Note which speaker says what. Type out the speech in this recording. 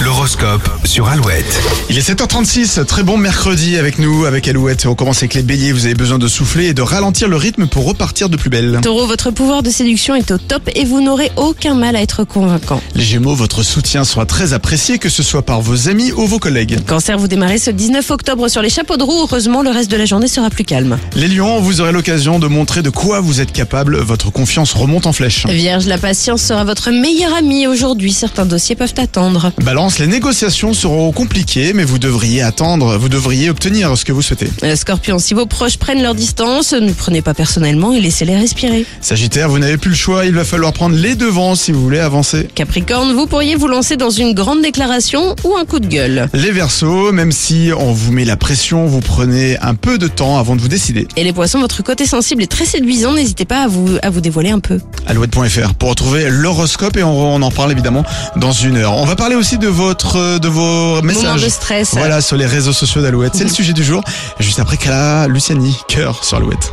Speaker 1: L'horoscope sur Alouette.
Speaker 2: Il est 7h36, très bon mercredi avec nous, avec Alouette. On commence avec les béliers, vous avez besoin de souffler et de ralentir le rythme pour repartir de plus belle.
Speaker 3: Taureau, votre pouvoir de séduction est au top et vous n'aurez aucun mal à être convaincant.
Speaker 2: Les gémeaux, votre soutien sera très apprécié, que ce soit par vos amis ou vos collègues.
Speaker 3: Cancer, vous démarrez ce 19 octobre sur les chapeaux de roue. Heureusement, le reste de la journée sera plus calme.
Speaker 2: Les lions, vous aurez l'occasion de montrer de quoi vous êtes capable, votre confiance remonte en flèche.
Speaker 3: Vierge, la patience sera votre meilleur ami aujourd'hui. Certains dossiers peuvent attendre.
Speaker 2: Balance, les négociations seront compliquées, mais vous devriez attendre, vous devriez obtenir ce que vous souhaitez.
Speaker 3: Euh, Scorpion, si vos proches prennent leur distance, ne prenez pas personnellement et laissez-les respirer.
Speaker 2: Sagittaire, vous n'avez plus le choix, il va falloir prendre les devants si vous voulez avancer.
Speaker 3: Capricorne, vous pourriez vous lancer dans une grande déclaration ou un coup de gueule.
Speaker 2: Les Verseaux, même si on vous met la pression, vous prenez un peu de temps avant de vous décider.
Speaker 3: Et les poissons, votre côté sensible est très séduisant. N'hésitez pas à vous, à vous dévoiler un peu.
Speaker 2: alouette.fr pour retrouver l'horoscope et on, on en parle évidemment dans une heure. On va parler aussi de votre euh, de vos messages
Speaker 3: de stress. Mhm.
Speaker 2: Voilà sur les réseaux sociaux d'Alouette, c'est le sujet du jour juste après Clara Luciani, cœur sur Alouette.